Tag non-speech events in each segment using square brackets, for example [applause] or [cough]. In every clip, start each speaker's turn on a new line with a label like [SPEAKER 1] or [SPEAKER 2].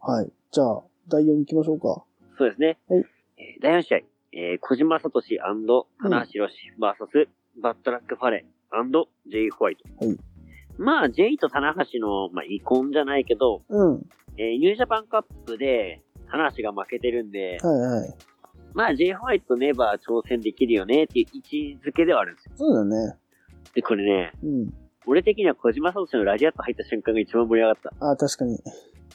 [SPEAKER 1] はい。じゃあ、第4行きましょうか。
[SPEAKER 2] そうですね。
[SPEAKER 1] はい
[SPEAKER 2] えー第4試合、えー、小島聡し棚橋宏バーサスバットラックファレン &J ホワイト。
[SPEAKER 1] はい
[SPEAKER 2] まあ、J と棚橋の、まあ、遺恨じゃないけど、
[SPEAKER 1] うん。は
[SPEAKER 2] えーニュージャパンカップで、棚橋が負けてるんで
[SPEAKER 1] い、はい。
[SPEAKER 2] まあ、J ホワイトとネバー挑戦できるよねっていう位置づけではあるんですよ。
[SPEAKER 1] そうだね。
[SPEAKER 2] で、これね、
[SPEAKER 1] うん。
[SPEAKER 2] 俺的には小島聡のラジアット入った瞬間が一番盛り上がった。
[SPEAKER 1] あ、確かに。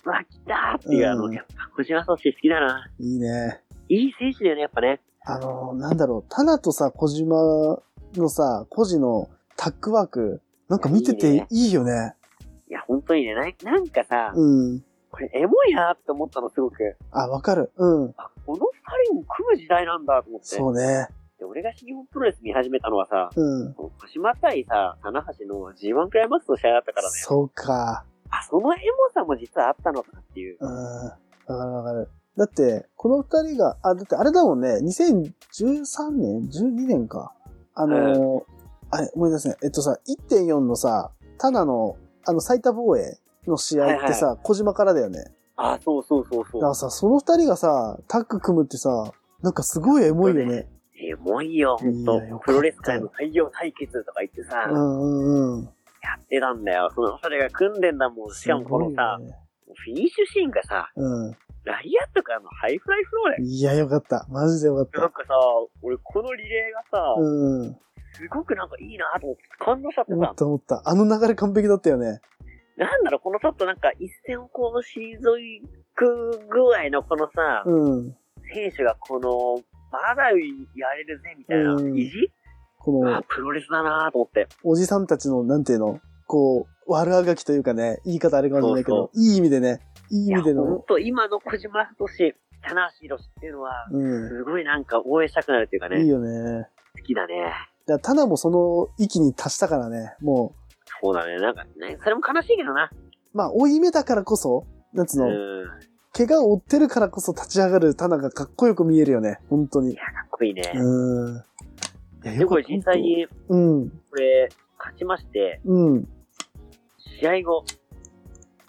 [SPEAKER 2] うわ、来たーっていう、あ
[SPEAKER 1] う
[SPEAKER 2] の、
[SPEAKER 1] ん
[SPEAKER 2] やっぱ小島聡好きだな。
[SPEAKER 1] いいね。
[SPEAKER 2] いい選手だよね、やっぱね。
[SPEAKER 1] あのー、なんだろう。タナとさ、小島のさ、個人のタッグワーク、なんか見て
[SPEAKER 2] いい
[SPEAKER 1] て
[SPEAKER 2] ね
[SPEAKER 1] いいよね。
[SPEAKER 2] いや、本当にね、ななんかさ、
[SPEAKER 1] うん。
[SPEAKER 2] これエモいなって思ったの、すごく。
[SPEAKER 1] あ、わかる。うん。
[SPEAKER 2] あ、この二人も組む時代なんだと思って。
[SPEAKER 1] そうね。
[SPEAKER 2] で、俺が新日本プロレス見始めたのはさ、
[SPEAKER 1] うん。
[SPEAKER 2] こう島対さ、棚橋の G1 クライマックスの試合だったからね。
[SPEAKER 1] そうか。
[SPEAKER 2] あ、そのエモさも実はあったのかっていう。
[SPEAKER 1] うん。わかるわかる。だって、この二人が、あ、だってあれだもんね、2013年 ?12 年か。あのーあれ、思い出せない。えっとさ、1.4のさ、タナの、あの、最多防衛の試合ってさ、小島からだよね。
[SPEAKER 2] あ、そうそうそう
[SPEAKER 1] だ
[SPEAKER 2] そ
[SPEAKER 1] か
[SPEAKER 2] う
[SPEAKER 1] ら。さ、その二人がさ、タッグ組むってさ、なんかすごいエモいよね。
[SPEAKER 2] エモいよ、ほん
[SPEAKER 1] い
[SPEAKER 2] と
[SPEAKER 1] やよかっ。た
[SPEAKER 2] プロレス界の採用対決とか言ってさ、
[SPEAKER 1] うんうんうん。
[SPEAKER 2] やってたんだよ。その二人が組んでんだもん。しかもこのさ、
[SPEAKER 1] すごいよね
[SPEAKER 2] フィニッシュシーンがさ、
[SPEAKER 1] う
[SPEAKER 2] ラリアットからのハイフライフローだよ
[SPEAKER 1] ん。いや、よかった。マジでよか
[SPEAKER 2] な
[SPEAKER 1] っ
[SPEAKER 2] んかさ、俺このリレーがさ
[SPEAKER 1] た。、うん。
[SPEAKER 2] すごくなんかいいなと思って感動しちゃって
[SPEAKER 1] 思
[SPEAKER 2] さ
[SPEAKER 1] っ、た思った。あの流れ完璧だったよね。
[SPEAKER 2] なんだろう、このちょっとなんか一線をこう退く具合のこのさ、
[SPEAKER 1] うん。
[SPEAKER 2] 選手がこの、まだやれるぜみたいな
[SPEAKER 1] うん
[SPEAKER 2] 意地、
[SPEAKER 1] この
[SPEAKER 2] あ、、プロレスだなと思って。
[SPEAKER 1] おじさんたちの、なんていうの、こう、悪あがきというかね、言い方あれかもしれないけど、いい意味でね、いい
[SPEAKER 2] い
[SPEAKER 1] 意
[SPEAKER 2] や、
[SPEAKER 1] 味で
[SPEAKER 2] ほん
[SPEAKER 1] の、
[SPEAKER 2] と今の小島聡、棚橋宏っていうのは、
[SPEAKER 1] う
[SPEAKER 2] すごいなんか応援したくなるっていうか
[SPEAKER 1] ん、いい
[SPEAKER 2] ね、
[SPEAKER 1] よね。
[SPEAKER 2] 好きだね。
[SPEAKER 1] だからタナもその域に達したからね、も
[SPEAKER 2] そうだね、なんかね、それも悲しいけどな。
[SPEAKER 1] う、まあ、追い目だからこそ、なんつう
[SPEAKER 2] う
[SPEAKER 1] の、
[SPEAKER 2] ん。
[SPEAKER 1] 怪我を負ってるからこそ立ち上がるタナがかっこよく見えるよね、本当に
[SPEAKER 2] い。や、かっこいいね。
[SPEAKER 1] うん。いや
[SPEAKER 2] で、これ実際。に、
[SPEAKER 1] うん、
[SPEAKER 2] これ、勝ちまして、
[SPEAKER 1] うん、
[SPEAKER 2] 試合後、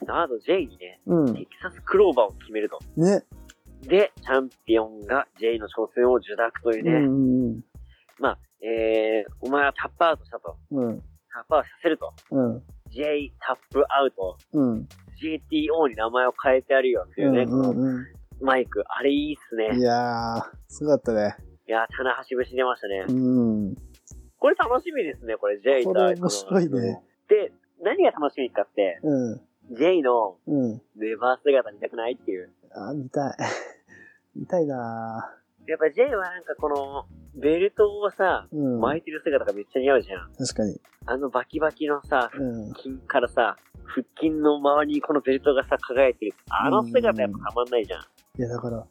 [SPEAKER 2] ナード J にね、
[SPEAKER 1] うん。
[SPEAKER 2] テキサスクローバーを決めると。
[SPEAKER 1] ね。
[SPEAKER 2] で、チャンピオンが J の挑戦を受諾という
[SPEAKER 1] う
[SPEAKER 2] ね、
[SPEAKER 1] ん、うん、
[SPEAKER 2] まあ、えー、お前はタップアウトしたと。
[SPEAKER 1] うん、
[SPEAKER 2] タップアウトさせると。
[SPEAKER 1] うん、
[SPEAKER 2] J タップアウト。
[SPEAKER 1] うん。
[SPEAKER 2] GTO に名前を変えてやるよっていうね、
[SPEAKER 1] うん
[SPEAKER 2] この
[SPEAKER 1] うんう
[SPEAKER 2] マイク。あれいいっす
[SPEAKER 1] ん。い
[SPEAKER 2] ね。
[SPEAKER 1] やー、すごかったね。
[SPEAKER 2] いやー、棚橋節出ましたね
[SPEAKER 1] う。ん。
[SPEAKER 2] これ楽しみですね、これ J
[SPEAKER 1] こ
[SPEAKER 2] と。
[SPEAKER 1] れ面白いね。
[SPEAKER 2] で、何が楽しみかって、
[SPEAKER 1] うん。
[SPEAKER 2] J の
[SPEAKER 1] うん。
[SPEAKER 2] ネバー姿見たくないっていう。
[SPEAKER 1] あ、見たい。 [laughs] 見たいな
[SPEAKER 2] やっぱ J はなんかこの、ベルトをさ、
[SPEAKER 1] ぁうん。
[SPEAKER 2] 巻いてる姿がめっちゃ似合うじゃん。
[SPEAKER 1] 確かに。
[SPEAKER 2] あのバキバキのさ、
[SPEAKER 1] うん。
[SPEAKER 2] 腹筋からさ、腹筋の周りにこのベルトがさ、輝いてる。あの姿やっぱたまんないじゃん。
[SPEAKER 1] いや、だから、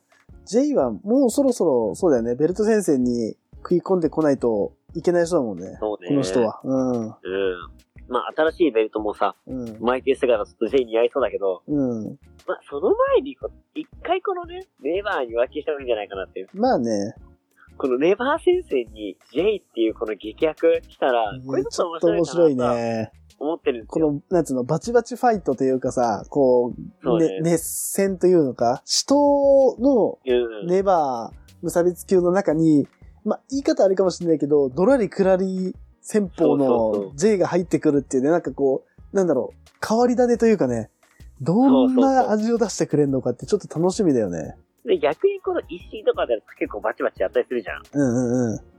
[SPEAKER 1] J はもうそろそろ、そうだよね、ベルト先生に食い込んでこないといけない人だもんね。
[SPEAKER 2] そうね。
[SPEAKER 1] この人。は。うん。
[SPEAKER 2] うん。まあ、新しいベルトもさ、
[SPEAKER 1] うん。
[SPEAKER 2] 巻いてる姿ちょっと J 似合いそうだけど、
[SPEAKER 1] うん。
[SPEAKER 2] まあ、その前にこう、一回このね、ネバーに浮気した方がいいんじゃないかなっていう。
[SPEAKER 1] まあね、
[SPEAKER 2] このネバー先生に J っていうこの激悪したら、これち
[SPEAKER 1] ち
[SPEAKER 2] ょ
[SPEAKER 1] ょ
[SPEAKER 2] っ
[SPEAKER 1] っと
[SPEAKER 2] と面
[SPEAKER 1] 面
[SPEAKER 2] 白
[SPEAKER 1] 白
[SPEAKER 2] い
[SPEAKER 1] い
[SPEAKER 2] かなと
[SPEAKER 1] ね。
[SPEAKER 2] 思ってるんです
[SPEAKER 1] こ
[SPEAKER 2] よ。
[SPEAKER 1] の、なんつうの、バチバチファイトというかさ、こ、
[SPEAKER 2] そううね
[SPEAKER 1] ね、熱戦というのか、死闘の
[SPEAKER 2] うん。
[SPEAKER 1] ネバー無差別級の中に、まあ、言い方あれかもしれないけど、ドラリクラリ戦法
[SPEAKER 2] そうそうそ
[SPEAKER 1] の J が入ってくるっていうね、なんかこう、なんだろう、変わり種というかね、どんな味を出してくれるのかってちょっと楽しみだよね。
[SPEAKER 2] で、逆にこの石井とかだと結構バチバチやったりするじゃん。
[SPEAKER 1] うんうんうん。
[SPEAKER 2] だか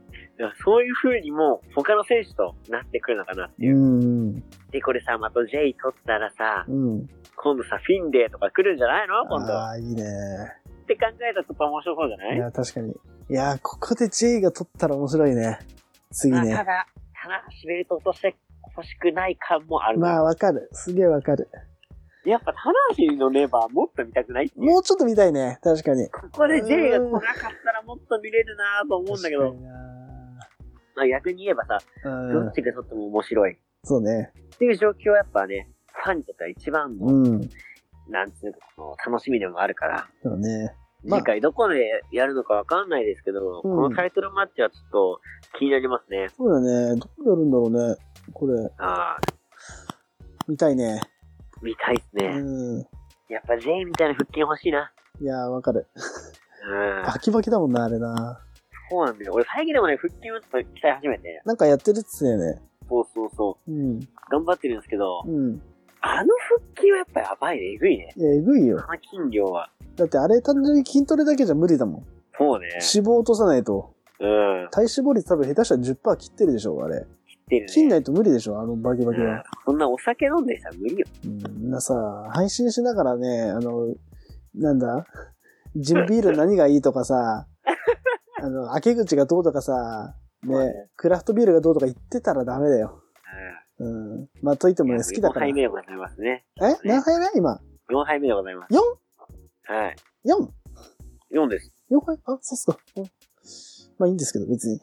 [SPEAKER 2] らそういう風にもう他の選手となってくるのかな。
[SPEAKER 1] うん
[SPEAKER 2] で、これさ、また J 取ったらさ、
[SPEAKER 1] うん。うん。
[SPEAKER 2] 今度さ、フィンデーとか来るんじゃないの今度。
[SPEAKER 1] ああ、いいね。
[SPEAKER 2] って考えたらちょっと面白そうじゃない
[SPEAKER 1] いや、確かに。いやー、ここで J が取ったら面白いね。次
[SPEAKER 2] まあ、
[SPEAKER 1] ね
[SPEAKER 2] た。だ、棚橋ベルトとして欲しくない感もある。
[SPEAKER 1] まあ、わかる。すげえわかる。
[SPEAKER 2] やっぱ棚橋のレバーもっと見たくないっていう
[SPEAKER 1] もうちょっと見たいね。確かに。
[SPEAKER 2] ここで J が来なかったらもっと見れるなぁと思うんだけど
[SPEAKER 1] 確、かにな
[SPEAKER 2] まあ、逆に言えばさ、
[SPEAKER 1] ーう
[SPEAKER 2] ど
[SPEAKER 1] ん
[SPEAKER 2] っ。ちがとっても面白い。
[SPEAKER 1] そうね。
[SPEAKER 2] っていう状況はやっぱね、ファンにとっては一番の、
[SPEAKER 1] うん。
[SPEAKER 2] なんつうの、この楽しみでもあるから、
[SPEAKER 1] そうね。まあ
[SPEAKER 2] 次回どこでやるのかわかんないですけど、このタイトルマッチはちょっと気になりますね。
[SPEAKER 1] そうだね。どこでやるんだろうね。これ、
[SPEAKER 2] ああ、
[SPEAKER 1] 見たいね。
[SPEAKER 2] 見たいです
[SPEAKER 1] うん。
[SPEAKER 2] ね。やっぱ J みたいな腹筋欲しいな。
[SPEAKER 1] いやー、わかる。
[SPEAKER 2] うん。
[SPEAKER 1] バキバキだもんな、あれな。
[SPEAKER 2] そうなんだよ。俺最近でもね、腹筋打つと鍛え始めて。
[SPEAKER 1] なんかやってるっつってたよね。
[SPEAKER 2] そうそうそう
[SPEAKER 1] うん。。
[SPEAKER 2] 頑張ってるんですけど、
[SPEAKER 1] うん。
[SPEAKER 2] あの腹筋はやっぱやばいね。えぐいね。
[SPEAKER 1] いや、えぐいよ。
[SPEAKER 2] あの筋量は。
[SPEAKER 1] だってあれ単純に筋トレだけじゃ無理だもん。
[SPEAKER 2] そうね。
[SPEAKER 1] 脂肪落とさないと。
[SPEAKER 2] うん。
[SPEAKER 1] 体脂肪率多分下手したら10%切ってるでしょ、あれ。
[SPEAKER 2] 切ってるね。
[SPEAKER 1] 切んないと無理でしょ、あのバキバキ
[SPEAKER 2] う
[SPEAKER 1] は
[SPEAKER 2] ん。そんなお酒飲んでさ、無理よ。
[SPEAKER 1] うんみんなさ、配信しながらね、あの、なんだジンビール何がいいとかさ、あの、開け口がどうとかさ、
[SPEAKER 2] そう
[SPEAKER 1] ね
[SPEAKER 2] ね、
[SPEAKER 1] クラフトビールがどうとか言ってたらダメだよ。うん。まあ、といって
[SPEAKER 2] うん。
[SPEAKER 1] もね、好きだから。
[SPEAKER 2] 4杯
[SPEAKER 1] え
[SPEAKER 2] 目でございますね。
[SPEAKER 1] 何杯目今。
[SPEAKER 2] 4杯目でございます。
[SPEAKER 1] 4?4?
[SPEAKER 2] はい。
[SPEAKER 1] 4
[SPEAKER 2] 4です。
[SPEAKER 1] 杯あ、そうっすか。うんまあいいんですけど、別に。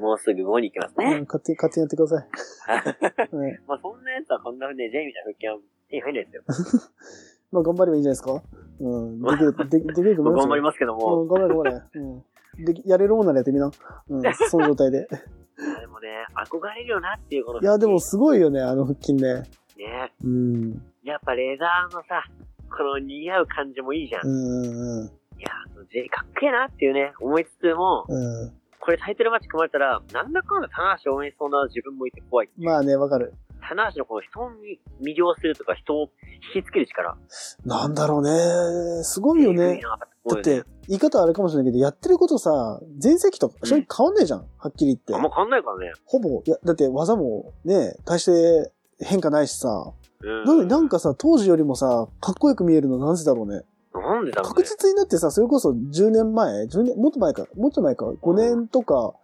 [SPEAKER 2] もうすぐ5に行きます
[SPEAKER 1] う
[SPEAKER 2] ね
[SPEAKER 1] ん。勝手に、勝手にやってください。はい
[SPEAKER 2] まあそんなやつはこんなね、ジェイみたいな腹筋は手に入んないですよ。
[SPEAKER 1] まあ頑張ればいいんじゃないですかうん。できる、でできると思いますよ
[SPEAKER 2] 僕頑張りますけど
[SPEAKER 1] う
[SPEAKER 2] も、
[SPEAKER 1] ん、頑張れ頑張れ。うん。でき、やれるもんならやってみな。うん、その状態で。
[SPEAKER 2] でもね、憧れるよなっていうこの
[SPEAKER 1] いや、でも
[SPEAKER 2] ね、
[SPEAKER 1] すごいよね、あの腹筋ね。うん。う
[SPEAKER 2] やっぱレザーのさ、この似合う感じもいいじゃん。
[SPEAKER 1] んうん
[SPEAKER 2] いや、ジェイかっけえなっていうね、思いつつも、
[SPEAKER 1] うん。う
[SPEAKER 2] これタイトルマッチ組まれたら、なんだかんだ棚橋応援しそうな自分もいて怖い。
[SPEAKER 1] ん。まあね、わかる。
[SPEAKER 2] 棚橋のこの人に魅了するとか、人を引きつける力。
[SPEAKER 1] なんだろうね。すごいよ
[SPEAKER 2] えぐい
[SPEAKER 1] ね。
[SPEAKER 2] なって思
[SPEAKER 1] だっ
[SPEAKER 2] うよね
[SPEAKER 1] て、言い方はあれかもしれないけど、やってることさ、前世紀と
[SPEAKER 2] うん
[SPEAKER 1] 正直変わんないじゃん。はっきり言
[SPEAKER 2] あん
[SPEAKER 1] って。
[SPEAKER 2] ま変わんないからね。
[SPEAKER 1] ほぼ、いや、だって技もね、大して変化ないしさ。
[SPEAKER 2] うん。
[SPEAKER 1] なのになんかさ、当時よりもさ、かっこよく見えるのなんでだろうね。
[SPEAKER 2] なんでだろう
[SPEAKER 1] 確
[SPEAKER 2] ね。
[SPEAKER 1] 実になってさ、それこそ10年前、10年、もっと前か、もっと前か、5年とか、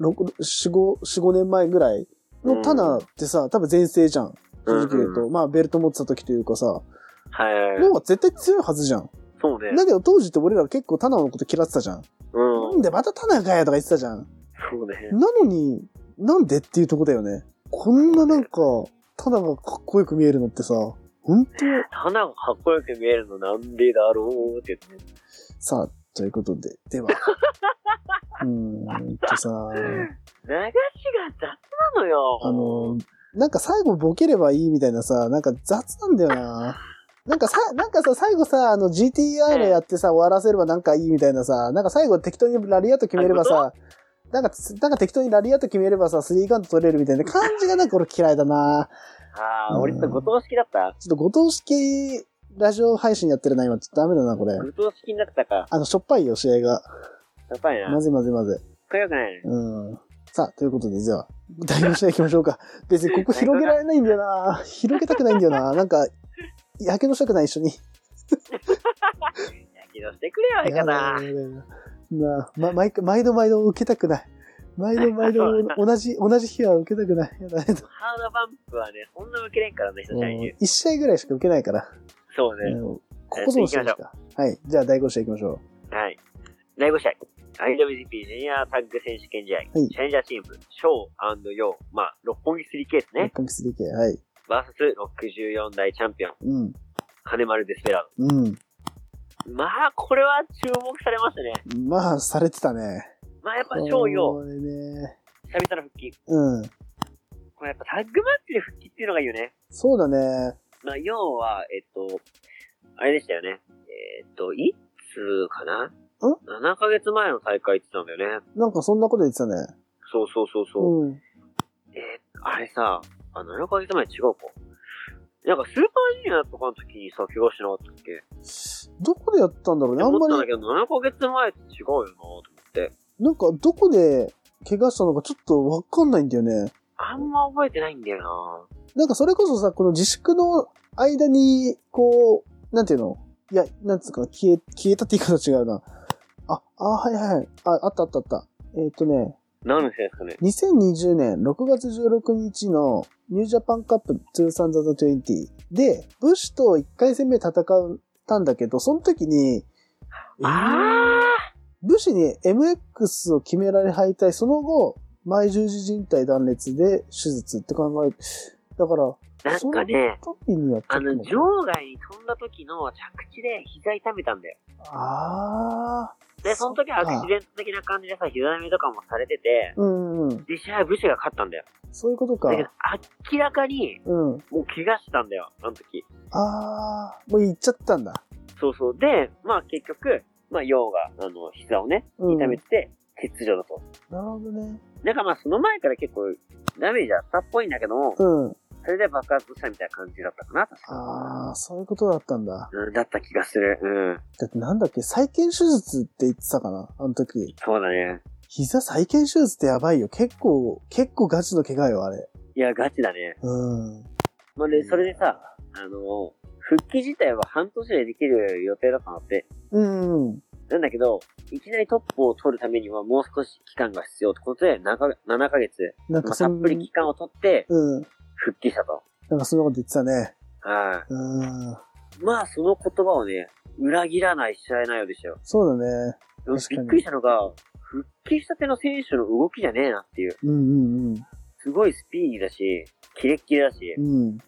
[SPEAKER 1] 6、4、5、4、5年前ぐらいのタナってさ、多分前世じゃん。正直言うと。まあ、ベルト持ってた時というかさ、
[SPEAKER 2] はい。
[SPEAKER 1] 脳は絶対強いはずじゃん。
[SPEAKER 2] そうね。
[SPEAKER 1] だけど当時って俺ら結構タナのこと嫌ってたじゃん。
[SPEAKER 2] う
[SPEAKER 1] な。
[SPEAKER 2] ん
[SPEAKER 1] んでまたタナかよとか言ってたじゃん。
[SPEAKER 2] そうね。
[SPEAKER 1] なのに、なんでっていうとこだよね。こんななんか、タナがかっこよく見えるのってさ、本当
[SPEAKER 2] 花がかっこよく見えるのなんでだろうって言って。
[SPEAKER 1] さあ、ということで、で [laughs] は。うーんとさ、
[SPEAKER 2] 流しが雑なのよ。
[SPEAKER 1] あの、なんか最後ボケればいいみたいなさ、なんか雑なんだよな。なんかさ、なんかさ、最後さ、あの GTR やってさ、終わらせればなんかいいみたいなさ、なんか最後適当にラリアット決めればさ、なんか、なんか適当にラリアット決めればさ、スリーカウント取れるみたいな感じがなんか俺嫌いだな。
[SPEAKER 2] ああ、
[SPEAKER 1] うん
[SPEAKER 2] 俺ちょっとご当式だった
[SPEAKER 1] ちょっとご当式ラジオ配信やってるな、今。ちょっとダメだな、これ。
[SPEAKER 2] ご当式になったか。
[SPEAKER 1] あの、しょっぱいよ、試合が。
[SPEAKER 2] やっぱりな。か
[SPEAKER 1] ま
[SPEAKER 2] っ
[SPEAKER 1] ずいまずいまずい。
[SPEAKER 2] こよくないね。
[SPEAKER 1] うん。さあ、ということで、じゃあ、第4試合行きましょうか。 [laughs] 別にここ広げられないんだよ
[SPEAKER 2] [laughs]
[SPEAKER 1] な。広げたくないんだよな。なんか、やけどしたくない、一緒に。
[SPEAKER 2] やけどしてくれよ、いかな。
[SPEAKER 1] やだやだやだなあ、ま、毎回、毎度毎度受けたくない。毎度毎
[SPEAKER 2] [laughs]
[SPEAKER 1] 度同じ、同じ日は受けたくない。やだやだ
[SPEAKER 2] ハードバンプはね、そんな受けれんからね、久しぶりに。
[SPEAKER 1] 1試合ぐらいしか受けないから。
[SPEAKER 2] そう
[SPEAKER 1] う
[SPEAKER 2] ね。
[SPEAKER 1] んここぞの試合ですか。はい。じゃあ、第5試合行きましょ
[SPEAKER 2] はい。第5試合。IWGP ジュニアタッグ選手権試合。
[SPEAKER 1] はい
[SPEAKER 2] チャレンジャーチーム、ショーヨウ、まあ、六本木 3K です
[SPEAKER 1] う。
[SPEAKER 2] ね。
[SPEAKER 1] 本木 3K。はい。
[SPEAKER 2] バーサス64代チャンピオン、
[SPEAKER 1] うん。
[SPEAKER 2] 金丸デスペラー
[SPEAKER 1] うん。
[SPEAKER 2] ド。まあ、これは注目されましたね。
[SPEAKER 1] まあ、されてたね。
[SPEAKER 2] まあやっぱ翔陽、
[SPEAKER 1] これね。
[SPEAKER 2] 久々の復帰。
[SPEAKER 1] うん。
[SPEAKER 2] これやっぱタッグマッチで復帰っていうのがいいよね。
[SPEAKER 1] そうだね。
[SPEAKER 2] まあ要は、えっと、あれでしたよね。えっと、いつかな ?7 ヶ月前の大会って言ってたんだよね。
[SPEAKER 1] なんかそんなこと言ってたね。
[SPEAKER 2] そうそうそうそう。
[SPEAKER 1] うん。
[SPEAKER 2] えーあれさ、あ、7ヶ月前違うか。なんかスーパージュニアとかの時にさ、怪我してなかったっけ
[SPEAKER 1] どこでやったんだろうね。あん
[SPEAKER 2] 思ったん
[SPEAKER 1] ま
[SPEAKER 2] だ
[SPEAKER 1] り、
[SPEAKER 2] けど、7ヶ月前って違うよなと思って。
[SPEAKER 1] なんかどこで怪我したのかちょっとわかんないんだよね。
[SPEAKER 2] あんま覚えてないんだよ
[SPEAKER 1] なんかそれこそさ、この自粛の間に、こう、なんていうのいや、なんつうか、消え、消えたって言い方違うな。あ、あ、はいはいはい。あ、あったあったあった。えっ、とね、
[SPEAKER 2] な。何の試合ですかね。
[SPEAKER 1] 2020年6月16日のニュージャパンカップ2020で、ブッシュと1回戦目戦ったんだけど、その時に、
[SPEAKER 2] あ
[SPEAKER 1] 武士に MX を決められ敗退、その後、前十字靭帯断裂で手術って考えて、だから、
[SPEAKER 2] ーなんかね、
[SPEAKER 1] 時にやっちゃ
[SPEAKER 2] あ
[SPEAKER 1] った
[SPEAKER 2] の、
[SPEAKER 1] のか
[SPEAKER 2] 場外に飛んだ時の着地で膝痛めたんだよ。
[SPEAKER 1] ああ
[SPEAKER 2] で、その時はアクシデント的な感じでさ、膝並みとかもされてて、
[SPEAKER 1] うんうん。
[SPEAKER 2] 実際は武士が勝ったんだよ。
[SPEAKER 1] そういうことか
[SPEAKER 2] だ。けど、明らかに、
[SPEAKER 1] うん。
[SPEAKER 2] もう怪我したんだよ、あの時。
[SPEAKER 1] あー、もう行っちゃったんだ。
[SPEAKER 2] そうそう。で、まあ結局、まあ、陽が、あの、膝をね、
[SPEAKER 1] うん。
[SPEAKER 2] 痛
[SPEAKER 1] な
[SPEAKER 2] め
[SPEAKER 1] る
[SPEAKER 2] てて、欠場だと。
[SPEAKER 1] ほどね。
[SPEAKER 2] なんかまあ、その前から結構、ダメージあったっぽいんだけども、
[SPEAKER 1] うん。
[SPEAKER 2] それで爆発したみたいな感じだったかな、確か。
[SPEAKER 1] あー、そういうことだったんだ。
[SPEAKER 2] うん、だった気がする。うん。
[SPEAKER 1] だってなんだっけ、再建手術って言ってたかなあの時。
[SPEAKER 2] そうだね。
[SPEAKER 1] 膝再建手術ってやばいよ。結構、結構ガチの怪我よ、あれ。
[SPEAKER 2] いや、ガチだね。
[SPEAKER 1] うん。
[SPEAKER 2] まあ、で、それでさ、あの、復帰自体は半年でできる予定だったんだって。
[SPEAKER 1] うんうん。
[SPEAKER 2] なんだけど、いきなりトップを取るためにはもう少し期間が必要ってことで、なか7ヶ月、
[SPEAKER 1] なん
[SPEAKER 2] ま
[SPEAKER 1] か
[SPEAKER 2] あ、た
[SPEAKER 1] そ
[SPEAKER 2] っ
[SPEAKER 1] ん
[SPEAKER 2] ぷり期間を取って、
[SPEAKER 1] うん。
[SPEAKER 2] 復帰したと。
[SPEAKER 1] なんかそんなこと言ってたね。
[SPEAKER 2] は
[SPEAKER 1] うん。
[SPEAKER 2] い。まあ、その言葉をね、裏切らない試合内容でしたよ。
[SPEAKER 1] そうだね。
[SPEAKER 2] でも
[SPEAKER 1] 確かに
[SPEAKER 2] びっくりしたのが、復帰したての選手の動きじゃねえなっていう。
[SPEAKER 1] うんうん
[SPEAKER 2] すごいスピーディーだし、キレッキレだし
[SPEAKER 1] う、ん。うん。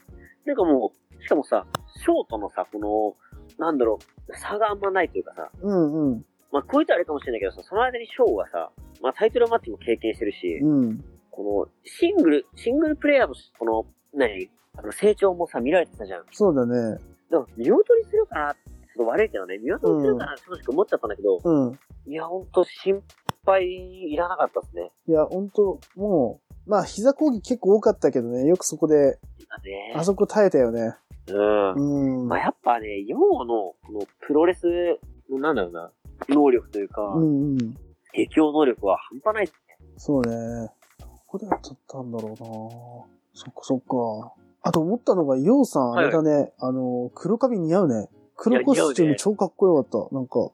[SPEAKER 2] なんかもう、しかもさ、ショートのさ、この、なんだろう、差があんまないというかさ、
[SPEAKER 1] うんうん。
[SPEAKER 2] まあ、こういったらあれかもしれないけどさ、その間にショーはさ、まあ、タイトルマッチも経験してるし、
[SPEAKER 1] うん。
[SPEAKER 2] この、シングル、シングルプレイヤーの、この、何あの、成長もさ、見られてたじゃん。
[SPEAKER 1] そうだね。
[SPEAKER 2] でも、見劣りするかなちょっと悪いけどね、見劣りするかなって正直思っちゃったんだけど、
[SPEAKER 1] うん。
[SPEAKER 2] いや、ほんと、心配いらなかったですね。
[SPEAKER 1] いや、ほんと、もう、まあ、膝攻撃結構多かったけどね、よくそこで、
[SPEAKER 2] だね。
[SPEAKER 1] あそこ耐えたよね。
[SPEAKER 2] うん。
[SPEAKER 1] うん。う
[SPEAKER 2] まあ、
[SPEAKER 1] ん
[SPEAKER 2] やっぱね、ヨウの、このプロレスの、なんだろうな、能力というか、
[SPEAKER 1] うん。
[SPEAKER 2] 適応能力は半端ない。
[SPEAKER 1] そうね。どこでやっちゃったんだろうなそっかそっか。あと思ったのが、ようさん、あれだね、あの、黒髪似合うね。黒コスチュー
[SPEAKER 2] いや似合う
[SPEAKER 1] ム
[SPEAKER 2] ね
[SPEAKER 1] 超かっこよかった。なんか、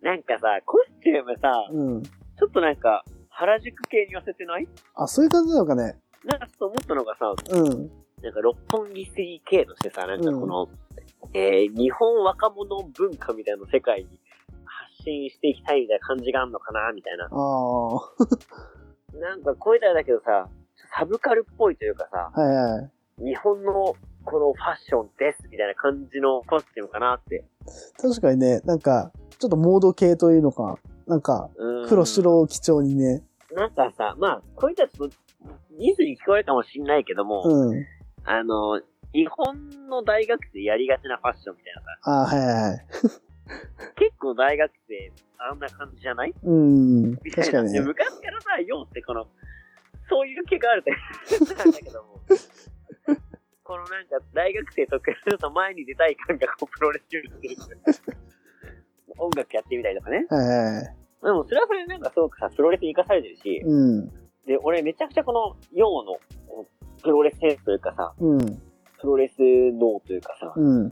[SPEAKER 2] なんかさ、コスチュームさ、
[SPEAKER 1] うん。
[SPEAKER 2] ちょっとなんか、原宿系に寄せてない
[SPEAKER 1] あ、そういう感じなのかね。
[SPEAKER 2] なんかちょっと思ったのがさ、
[SPEAKER 1] うん。
[SPEAKER 2] なんか六本木3系としてさ、なんかこの、えー、日本若者文化みたいな世界に発信していきたいみたいな感じがあるのかな、みたいな。
[SPEAKER 1] ああ。は
[SPEAKER 2] なんかこういったらだけどさ、サブカルっぽいというかさ、
[SPEAKER 1] いはい。
[SPEAKER 2] 日本のこのファッションですみたいな感じのコスチュームかなって。
[SPEAKER 1] 確かにね、なんか、ちょっとモード系というのか、なんか、
[SPEAKER 2] うん
[SPEAKER 1] 黒。白を基調にね。
[SPEAKER 2] なんかさ、まあ、こういったらちょっと、ニーズに聞こえるかもしんないけども、
[SPEAKER 1] うん。
[SPEAKER 2] あの、日本の大学生やりがちなファッションみたいなさ、
[SPEAKER 1] あはいはいはい。
[SPEAKER 2] 結構大学生あんな感じじゃない
[SPEAKER 1] うん。
[SPEAKER 2] みたい
[SPEAKER 1] 確
[SPEAKER 2] な
[SPEAKER 1] かに
[SPEAKER 2] で
[SPEAKER 1] ね。
[SPEAKER 2] 昔からさ、ようってこの、そういう気があるって、 [laughs] なんだけども。このなんか、大学生と比べると前に出たい感覚をプロレス中にする。音楽やってみたりとかね。
[SPEAKER 1] はいはいはい。
[SPEAKER 2] でも、それはそれでなんかすごくさ、プロレスに生かされてるし、
[SPEAKER 1] うん。
[SPEAKER 2] で、俺めちゃくちゃこの、ようの、このプロレスセンスというかさ、
[SPEAKER 1] うん。
[SPEAKER 2] プロレス脳というかさ、
[SPEAKER 1] うん。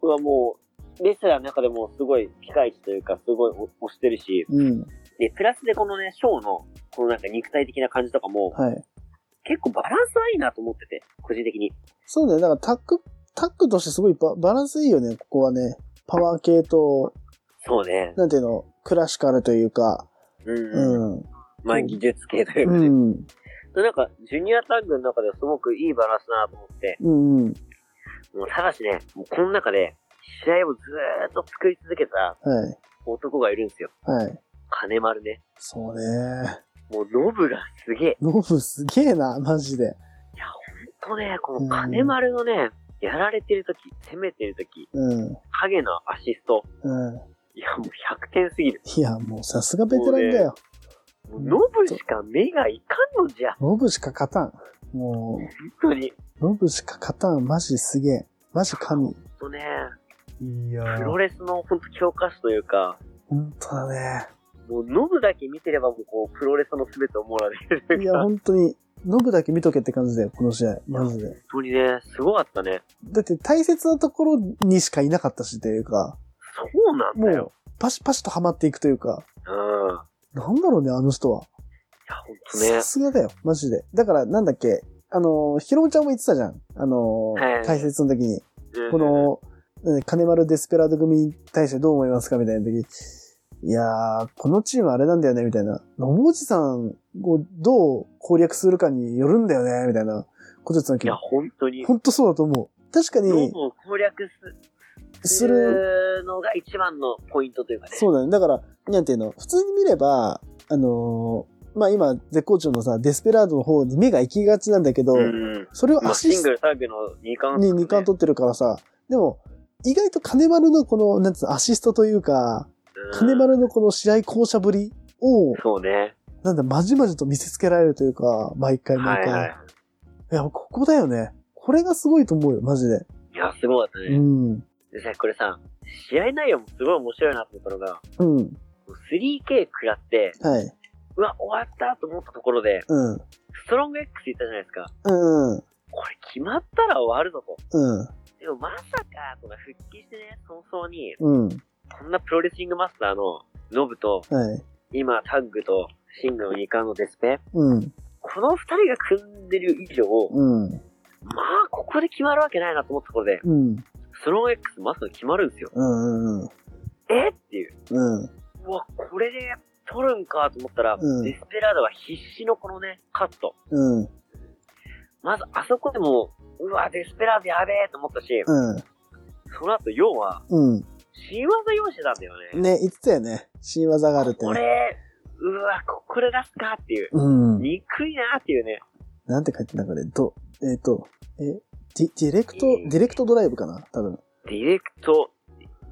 [SPEAKER 2] これはもう、レスラーの中でもすごいピカイチというか、すごい推してるし、
[SPEAKER 1] うん。
[SPEAKER 2] で、プラスでこのね、ショーの、このなんか肉体的な感じとかも、
[SPEAKER 1] はい。
[SPEAKER 2] 結構バランスはいいなと思ってて、個人的に。
[SPEAKER 1] そうだよ。だからタック、タックとしてすごいババランスいいよね、ここはね。パワー系と、
[SPEAKER 2] そうね。
[SPEAKER 1] なんていうの、クラシカルというか。
[SPEAKER 2] うん。
[SPEAKER 1] うん。
[SPEAKER 2] まあ、技術系というか
[SPEAKER 1] う
[SPEAKER 2] ね。
[SPEAKER 1] ん。
[SPEAKER 2] でなんか、ジュニアタッグの中ではすごくいいバランスだなと思って、
[SPEAKER 1] うん。うん
[SPEAKER 2] もうただしね、もうこの中で、試合をずーっと作り続けた
[SPEAKER 1] はい。
[SPEAKER 2] 男がいるんですよ。
[SPEAKER 1] はい。
[SPEAKER 2] 金丸ね。
[SPEAKER 1] そうね。
[SPEAKER 2] もう、ノブがすげえ。
[SPEAKER 1] ノブすげえな、マジで。
[SPEAKER 2] ほんとね、この金丸のね、やられてる時、攻めてる時、
[SPEAKER 1] うん。
[SPEAKER 2] 影のアシスト。
[SPEAKER 1] うん。
[SPEAKER 2] いや、もう100点すぎる。
[SPEAKER 1] いや、もうさすがベテランだよ。
[SPEAKER 2] もうノブしか目がいかんのじゃ。
[SPEAKER 1] ノブしか勝たん。も
[SPEAKER 2] 本当に。
[SPEAKER 1] う、ノブしか勝たん。マジすげえ。マジ神。
[SPEAKER 2] ほんとね、
[SPEAKER 1] いや
[SPEAKER 2] プロレスの本当教科書というか、
[SPEAKER 1] ほんとだね。
[SPEAKER 2] もうノブだけ見てればもうこう、プロレスの全てを網羅できると
[SPEAKER 1] い
[SPEAKER 2] いう
[SPEAKER 1] や、
[SPEAKER 2] か。
[SPEAKER 1] 本当に、ノブだけ見とけって感じだよ、この試合。マジで
[SPEAKER 2] 本。当にね、すごかったね。
[SPEAKER 1] だって大切なところにしかいなかったしというか、
[SPEAKER 2] そうなん
[SPEAKER 1] も
[SPEAKER 2] だ
[SPEAKER 1] う
[SPEAKER 2] よ。
[SPEAKER 1] パシパシとハマっていくというか、
[SPEAKER 2] うん。い
[SPEAKER 1] なんだろうね、あの人は。
[SPEAKER 2] や、ほんとね
[SPEAKER 1] さ。すがだよ、マジで。だから、なんだっけ、あのー、ひろみちゃんも言ってたじゃん。あのー、
[SPEAKER 2] はい
[SPEAKER 1] 大切の時に、
[SPEAKER 2] うん
[SPEAKER 1] こ、の、うん金丸デスペラード組に対してどう思いますかみたいな時、いやー、このチームあれなんだよね、みたいな。野茂おじさんをどう攻略するかによるんだよね、みたいなこと言ってたんだ
[SPEAKER 2] い
[SPEAKER 1] け
[SPEAKER 2] や、
[SPEAKER 1] ど、
[SPEAKER 2] ほんとに。
[SPEAKER 1] ほんとそうだと思う。確か
[SPEAKER 2] ノ
[SPEAKER 1] に
[SPEAKER 2] ブ、を攻略す
[SPEAKER 1] する、
[SPEAKER 2] のが一番のポイントというかね。
[SPEAKER 1] そうだね。だから、なんていうの、普通に見れば、あのーまあ今、絶好調のさ、デスペラードの方に目が行きがちなんだけど、
[SPEAKER 2] うん。
[SPEAKER 1] それを
[SPEAKER 2] まあ、
[SPEAKER 1] アシ
[SPEAKER 2] シ
[SPEAKER 1] ス
[SPEAKER 2] ング
[SPEAKER 1] ト
[SPEAKER 2] ル、タッグの2冠、
[SPEAKER 1] に2冠取ってるからさ、でも、意外と金丸のこの、なんつうの、アシストというか、
[SPEAKER 2] うん
[SPEAKER 1] 金丸のこの試合巧者ぶりを、
[SPEAKER 2] そうね。
[SPEAKER 1] なんだ、まじまじと見せつけられるというか、毎回
[SPEAKER 2] は
[SPEAKER 1] 毎
[SPEAKER 2] い
[SPEAKER 1] 回。
[SPEAKER 2] はい
[SPEAKER 1] い。や、ここだよね。これがすごいと思うよ、マジで。
[SPEAKER 2] いや、すごかったね。
[SPEAKER 1] うん。
[SPEAKER 2] でさ、これさ、試合内容もすごい面白いなと思ったのが、
[SPEAKER 1] うん。
[SPEAKER 2] 3K 食らって、
[SPEAKER 1] はい。
[SPEAKER 2] うわ、終わったと思ったところで、
[SPEAKER 1] うん。
[SPEAKER 2] ストロング X いったじゃないですか。
[SPEAKER 1] うん。うん。
[SPEAKER 2] これ決まったら終わるぞと。
[SPEAKER 1] うん。
[SPEAKER 2] でもまさか、とか復帰してね、早々に、
[SPEAKER 1] うん。
[SPEAKER 2] こんなプロレスリングマスターのノブと、
[SPEAKER 1] はい。
[SPEAKER 2] 今タッグとシングルの2冠のデスペ、
[SPEAKER 1] うん。
[SPEAKER 2] この2人が組んでる以上、
[SPEAKER 1] うん。
[SPEAKER 2] まあ、ここで決まるわけないなと思ったところで、
[SPEAKER 1] うん。
[SPEAKER 2] ストロング X まさか決まるんですよ。
[SPEAKER 1] うん。うん。
[SPEAKER 2] えっていう。
[SPEAKER 1] うん。
[SPEAKER 2] うわ、これで取るんかと思ったら、
[SPEAKER 1] うん
[SPEAKER 2] デスペラードは必死のこのね、カット。
[SPEAKER 1] うん。
[SPEAKER 2] まず、あそこでもう、うわ、デスペラードやべえと思ったし、
[SPEAKER 1] うん。
[SPEAKER 2] その後、要は、
[SPEAKER 1] うん。
[SPEAKER 2] 新技用意してたんだよね。
[SPEAKER 1] ね、言ってたよね。新技があるって
[SPEAKER 2] こ
[SPEAKER 1] ね。
[SPEAKER 2] れ、うわ、ここで出すかっていう。
[SPEAKER 1] うん。
[SPEAKER 2] 憎いなっていうね。
[SPEAKER 1] なんて書いてんだこれ。ど、えっ、と、え、ディディレクト、ディレクトドライブかな多分。
[SPEAKER 2] ディレクト、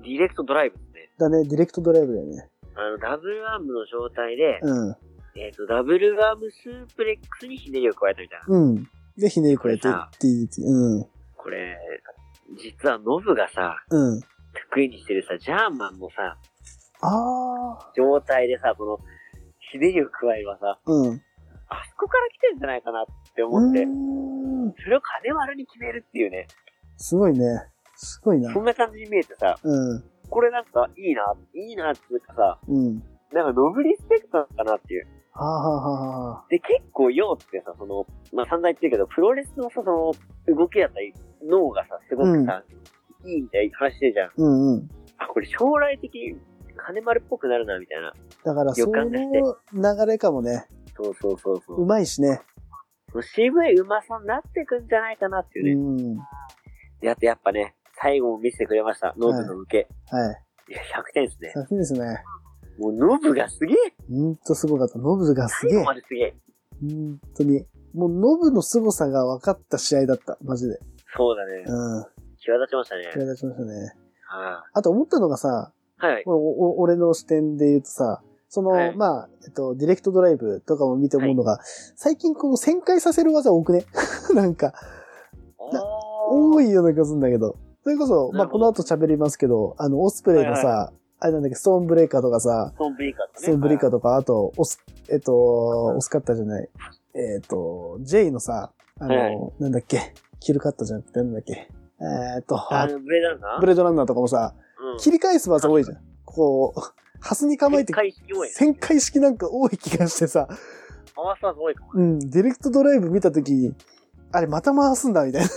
[SPEAKER 2] ディレクトドライブですね。
[SPEAKER 1] だね、ディレクトドライブだよね。
[SPEAKER 2] あの、ダブルアームの状態で、
[SPEAKER 1] うん。
[SPEAKER 2] えっ、と、ダブルアームスープレックスにひねりを加えたみたいな。
[SPEAKER 1] うん。で、ひねりこれて、DDT。うん。
[SPEAKER 2] これ、実はノブがさ、
[SPEAKER 1] うん。
[SPEAKER 2] 得意にしてるさ、ジャーマンのさ、
[SPEAKER 1] ああ。
[SPEAKER 2] 状態でさ、この、ひねりを加えばさ、
[SPEAKER 1] うん。
[SPEAKER 2] あそこから来てるんじゃないかなって
[SPEAKER 1] う
[SPEAKER 2] 思って、
[SPEAKER 1] ーん。
[SPEAKER 2] それを金丸に決めるっていうね、
[SPEAKER 1] すごいね。すごいな
[SPEAKER 2] そ。んな感じに見えてさ、
[SPEAKER 1] うん。
[SPEAKER 2] これなんかいいな、いいなっていうかさ、
[SPEAKER 1] うん。
[SPEAKER 2] なんかノブリスペクトなのかなっていう。
[SPEAKER 1] はあ、はあはあはあ、
[SPEAKER 2] で、結構ヨウってさ、その、まあ、散々言ってるけど、プロレスのさ、その、動きだったり、脳がさ、すごくさ、いいみたいな話してるじゃん。
[SPEAKER 1] うんうん。
[SPEAKER 2] あ、これ将来的に金丸っぽくなるな、みたいな。
[SPEAKER 1] だから、そ
[SPEAKER 2] 予
[SPEAKER 1] の
[SPEAKER 2] 感がして
[SPEAKER 1] 流れかもね。
[SPEAKER 2] そうそうそうそうう。
[SPEAKER 1] まいしね。
[SPEAKER 2] その渋いうまさになってくんじゃないかなっていう
[SPEAKER 1] う
[SPEAKER 2] ね。
[SPEAKER 1] ん。は
[SPEAKER 2] で、あとやっぱね、最後も見せてくれました。ノブの受け。
[SPEAKER 1] い。
[SPEAKER 2] い、や、100点ですね。
[SPEAKER 1] 楽しいですね。
[SPEAKER 2] もうノブがすげえ
[SPEAKER 1] ほんとすごかった。ノブがす
[SPEAKER 2] 最
[SPEAKER 1] げえ
[SPEAKER 2] 後。まですげえ。
[SPEAKER 1] 本当に。もう、ノブの凄さが分かった試合だった。マジで。
[SPEAKER 2] そうだね。
[SPEAKER 1] うん。
[SPEAKER 2] 際立ちましたね。
[SPEAKER 1] 際立ちましたね。
[SPEAKER 2] は
[SPEAKER 1] あと思ったのがさ、
[SPEAKER 2] いはい。
[SPEAKER 1] おお俺の視点で言うとさ、その、
[SPEAKER 2] はい
[SPEAKER 1] まあ、えっと、ディレクトドライブとかも見て思うのが、最近この旋回させる技多くね [laughs] なんか、な
[SPEAKER 2] お
[SPEAKER 1] 多
[SPEAKER 2] ー。
[SPEAKER 1] いような気がするんだけど。それこそ、ま
[SPEAKER 2] な
[SPEAKER 1] あ、
[SPEAKER 2] る
[SPEAKER 1] こ
[SPEAKER 2] ほ
[SPEAKER 1] の後
[SPEAKER 2] ど
[SPEAKER 1] 喋りますけど、あの、オスプレイがさ、
[SPEAKER 2] は
[SPEAKER 1] あれなんだっけ、ストーンブレーカーとかさ、
[SPEAKER 2] ソンブリーカー
[SPEAKER 1] ス
[SPEAKER 2] とね。
[SPEAKER 1] トーンブレーカー
[SPEAKER 2] と。
[SPEAKER 1] とか、あと、オス、えっと、オスカッターじゃない、えっと、J のさ、あの、
[SPEAKER 2] はい
[SPEAKER 1] なんだっけ、キルカッターじゃなくて、なんだっけ、えーっと、
[SPEAKER 2] あの、ブレーダンナー
[SPEAKER 1] ブレードランナーとかもさ、
[SPEAKER 2] うん。
[SPEAKER 1] 切り返す技多いじゃん。こう、ハスに構えて、
[SPEAKER 2] 回式多いね。
[SPEAKER 1] 旋回式なんか多い気がしてさ、
[SPEAKER 2] 回す技多いかも。
[SPEAKER 1] うん、ディレクトドライブ見たときに、あれ、また回すんだ、みたいな。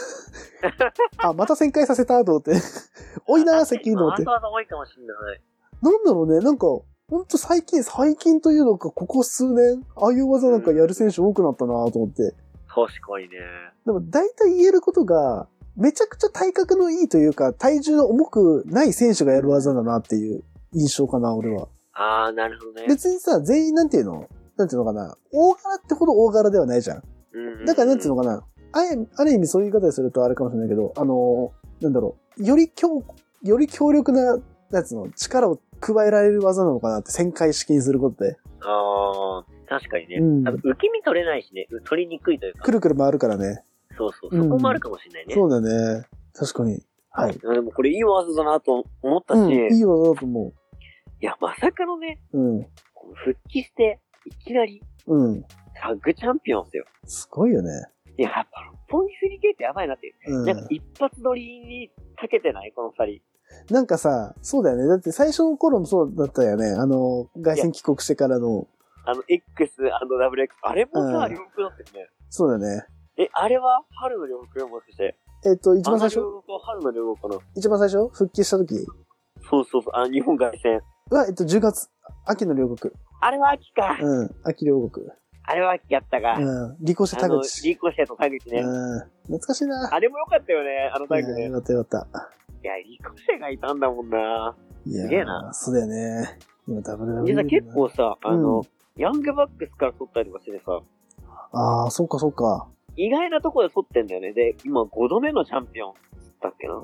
[SPEAKER 1] あ、また旋回させた、と思って。 [laughs] おいなー、関と思って
[SPEAKER 2] 回す。技多いかもしんない。
[SPEAKER 1] なんだろうね、なんか、ほんと最近、最近というのか、ここ数年、ああいう技なんかやる選手多くなったな、と思って。
[SPEAKER 2] 確かにね。
[SPEAKER 1] でも、大体言えることが、めちゃくちゃ体格のいいというか、体重の重くない選手がやる技だなっていう印象かな、俺は。
[SPEAKER 2] あー、なるほどね。
[SPEAKER 1] 別にさ、全員なんていうのなんていうのかな大柄ってほど大柄ではないじゃん。
[SPEAKER 2] うん
[SPEAKER 1] だからなんていうのかな、あえある意味そういう言い方でするとあれかもしれないけど、あのーなんだろう、より強、より強力な、なんつうの、力を加えられる技なのかなって、旋回式にすることで、
[SPEAKER 2] あー、確かにね。
[SPEAKER 1] うん
[SPEAKER 2] あと受け身取れないしね。取りにくいというか。
[SPEAKER 1] くるくる回るからね。
[SPEAKER 2] そうそう。
[SPEAKER 1] うん
[SPEAKER 2] そこもあるかもしれないね。
[SPEAKER 1] そうだね。確かに。はい。
[SPEAKER 2] でもこれいい技だなと思ったし、
[SPEAKER 1] うん、い
[SPEAKER 2] い
[SPEAKER 1] い技だと思
[SPEAKER 2] や、まさかのね、
[SPEAKER 1] う。うん。
[SPEAKER 2] この復帰して、いきなり
[SPEAKER 1] うん。
[SPEAKER 2] タッグチャンピオンですよ。
[SPEAKER 1] すごいよね。
[SPEAKER 2] いや、やっぱ六本木振り切ってやばいなっていう。
[SPEAKER 1] うん。
[SPEAKER 2] なんか一発撮りにかけてないこの二人。
[SPEAKER 1] なんかさ、そうだよね。だって最初の頃もそうだったよね。あの、外線帰国してからの、
[SPEAKER 2] あの、X&WX。あれも
[SPEAKER 1] う
[SPEAKER 2] さ、
[SPEAKER 1] ん
[SPEAKER 2] 両国だったよね。
[SPEAKER 1] そうだね。
[SPEAKER 2] え、あれは春の両国もしかして。
[SPEAKER 1] えっ、と、一番最
[SPEAKER 2] あの
[SPEAKER 1] 初
[SPEAKER 2] 両国は春の両国かな。
[SPEAKER 1] 一番最初復帰した時
[SPEAKER 2] そうそうそう。あ、日本外戦。
[SPEAKER 1] は、えっと、10月。秋の両国。
[SPEAKER 2] あれは秋か。
[SPEAKER 1] うん。秋両国。
[SPEAKER 2] あれは秋やったか。
[SPEAKER 1] うん。離婚した
[SPEAKER 2] あ
[SPEAKER 1] 田
[SPEAKER 2] の、
[SPEAKER 1] 口。
[SPEAKER 2] リコシェと田口ね。
[SPEAKER 1] うん。懐かしいな。
[SPEAKER 2] あれも良かったよね、あのタッグ
[SPEAKER 1] うん
[SPEAKER 2] ね
[SPEAKER 1] よ。かったよかった。
[SPEAKER 2] いや、リコシェがいたんだもんな。
[SPEAKER 1] いや
[SPEAKER 2] すげえな
[SPEAKER 1] ー、そうだよね。今 WWE
[SPEAKER 2] 実は結構さ、あ
[SPEAKER 1] う
[SPEAKER 2] の、
[SPEAKER 1] ん
[SPEAKER 2] ヤングバックスから撮ったりとかしてさ、
[SPEAKER 1] ああ、そうかそうか。
[SPEAKER 2] 意外なところで撮ってんだよね。で、今5度目のチャンピオンだっけな。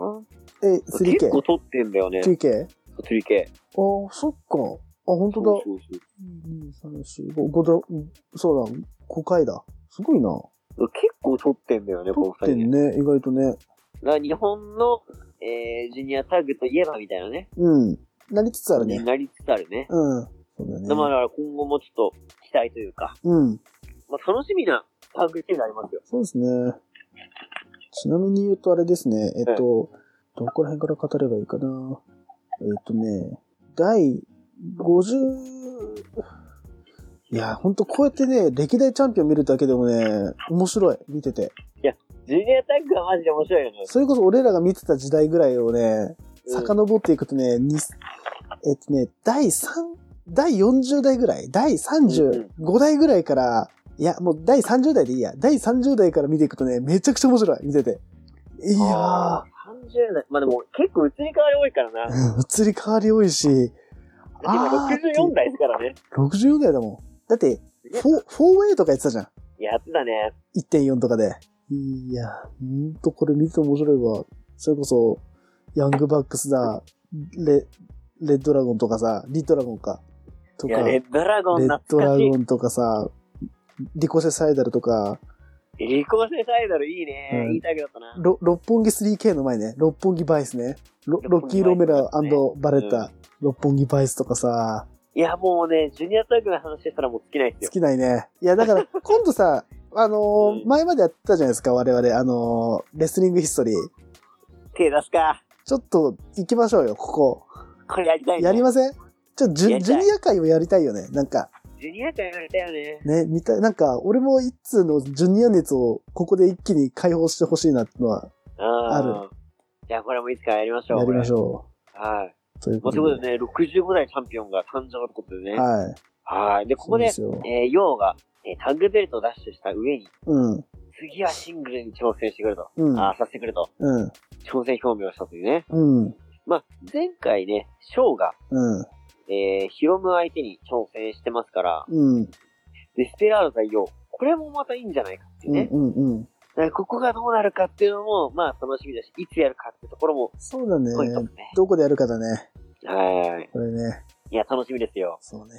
[SPEAKER 1] え、
[SPEAKER 2] 結構
[SPEAKER 1] 3K?2K?
[SPEAKER 2] 撮ってんだよね。3K。
[SPEAKER 1] ああ、そっか。あ、本当だ。
[SPEAKER 2] そうそうそう
[SPEAKER 1] 1 2 3 4 5 5だ、うんそうだ、5回だ。すごいな。
[SPEAKER 2] 結構撮ってんだよね、この
[SPEAKER 1] 撮って
[SPEAKER 2] 2人
[SPEAKER 1] ん
[SPEAKER 2] ね。
[SPEAKER 1] ね、意外とね。
[SPEAKER 2] だから日本の、えー、ジュニアタッグといえばみたいなね。
[SPEAKER 1] うん。なりつつあるね。
[SPEAKER 2] なりつつあるね。
[SPEAKER 1] うん。そうだよね。
[SPEAKER 2] だから今後もちょっと期待というか、
[SPEAKER 1] うん。
[SPEAKER 2] まあ、楽しみなタッグチームありますよ。
[SPEAKER 1] そうですね。ちなみに言うとあれですね、えっと、どこら辺から語ればいいかな。えっとね、第50、いや、ほんとこうやってね、歴代チャンピオン見るだけでもね、面白い、見てて。
[SPEAKER 2] ジュニアタッグはマジで面白いよね。
[SPEAKER 1] それこそ俺らが見てた時代ぐらいをね、
[SPEAKER 2] うん
[SPEAKER 1] 遡っていくとね、にえっとね、第3、第40代ぐらい、第35代ぐらいから、いや、もう第30代でいいや、第30代から見ていくとね、めちゃくちゃ面白い、見てて。いやー
[SPEAKER 2] あ、ー30代。まあでも結構移り変わり多いからな。
[SPEAKER 1] うん移り変わり多いし、
[SPEAKER 2] 今
[SPEAKER 1] あー
[SPEAKER 2] 64代ですからね。
[SPEAKER 1] 64代だもん。だって、4、4way とかやってたじゃん。
[SPEAKER 2] やってたね。
[SPEAKER 1] 1.4とかで。いや、ほんとこれ見てて面白いわ。それこそ、ヤングバックスだ、レ、レッドラゴンとかさ、リドラゴンか、と
[SPEAKER 2] い
[SPEAKER 1] か、
[SPEAKER 2] や、レ
[SPEAKER 1] レッ
[SPEAKER 2] ッドラゴン
[SPEAKER 1] ド
[SPEAKER 2] 懐
[SPEAKER 1] ラ
[SPEAKER 2] かしい
[SPEAKER 1] ゴ。ンとかさ、リコセサイダルとか、
[SPEAKER 2] リコーセサイダルいいね。
[SPEAKER 1] うん
[SPEAKER 2] いいタッグだったな。
[SPEAKER 1] ロ六本木 3K の前ね、六本木バイスね、ロロッキー・ロメラバレッタ、六本木バイスとかさ、
[SPEAKER 2] いや、もうね、ジュニアタッグの話したらもう尽きないです
[SPEAKER 1] 尽
[SPEAKER 2] よ。
[SPEAKER 1] きないね。いや、だ
[SPEAKER 2] [laughs]
[SPEAKER 1] から、今度さ、あのー
[SPEAKER 2] うん
[SPEAKER 1] 前までやってたじゃないですか、我々、あのーレスリングヒストリー。
[SPEAKER 2] 手出すか。
[SPEAKER 1] ちょっと、行きましょうよ、ここ。
[SPEAKER 2] これやりたいね。
[SPEAKER 1] やりませんちょっとジ
[SPEAKER 2] や
[SPEAKER 1] ュ
[SPEAKER 2] り
[SPEAKER 1] ジ
[SPEAKER 2] た
[SPEAKER 1] ュ
[SPEAKER 2] い
[SPEAKER 1] ニア界をやりたいよね。なんか、
[SPEAKER 2] ジュニア界やりたいよね。
[SPEAKER 1] ね、見たい。なんか、俺も一通のジュニア熱をここで一気に解放してほしいなってのは、
[SPEAKER 2] あ
[SPEAKER 1] あ
[SPEAKER 2] る。じゃあこれもいつかやりましょう。
[SPEAKER 1] やりましょ
[SPEAKER 2] これはい。
[SPEAKER 1] う。という
[SPEAKER 2] も
[SPEAKER 1] こ
[SPEAKER 2] うということとでね、65代チャンピオンが誕生ってことで
[SPEAKER 1] で。
[SPEAKER 2] ね。
[SPEAKER 1] はい。
[SPEAKER 2] はい。で、ここで、え
[SPEAKER 1] そうですよ。
[SPEAKER 2] ー、ヨウが、えータッグベルトをダッシュした上に、
[SPEAKER 1] うん。
[SPEAKER 2] 次はシングルに挑戦してくると。
[SPEAKER 1] うん。
[SPEAKER 2] あーさせてくると。
[SPEAKER 1] うん。
[SPEAKER 2] 挑戦表明をしたというね。
[SPEAKER 1] うん。
[SPEAKER 2] まあ、前回ね、ショウが、
[SPEAKER 1] うん。
[SPEAKER 2] えー、ヒロム相手に挑戦してますから、
[SPEAKER 1] うん。
[SPEAKER 2] デスペラード対ヨウ。これもまたいいんじゃないかってい
[SPEAKER 1] うん。
[SPEAKER 2] うね。
[SPEAKER 1] うん。うん。
[SPEAKER 2] だからここがどうなるかっていうのも、まあ楽しみだし、いつやるかっていうところも、
[SPEAKER 1] そうだ
[SPEAKER 2] ポイント
[SPEAKER 1] ね。
[SPEAKER 2] ですね。
[SPEAKER 1] どこでやるかだね。
[SPEAKER 2] はい。
[SPEAKER 1] これね。
[SPEAKER 2] いや、楽しみですよ。
[SPEAKER 1] そうね。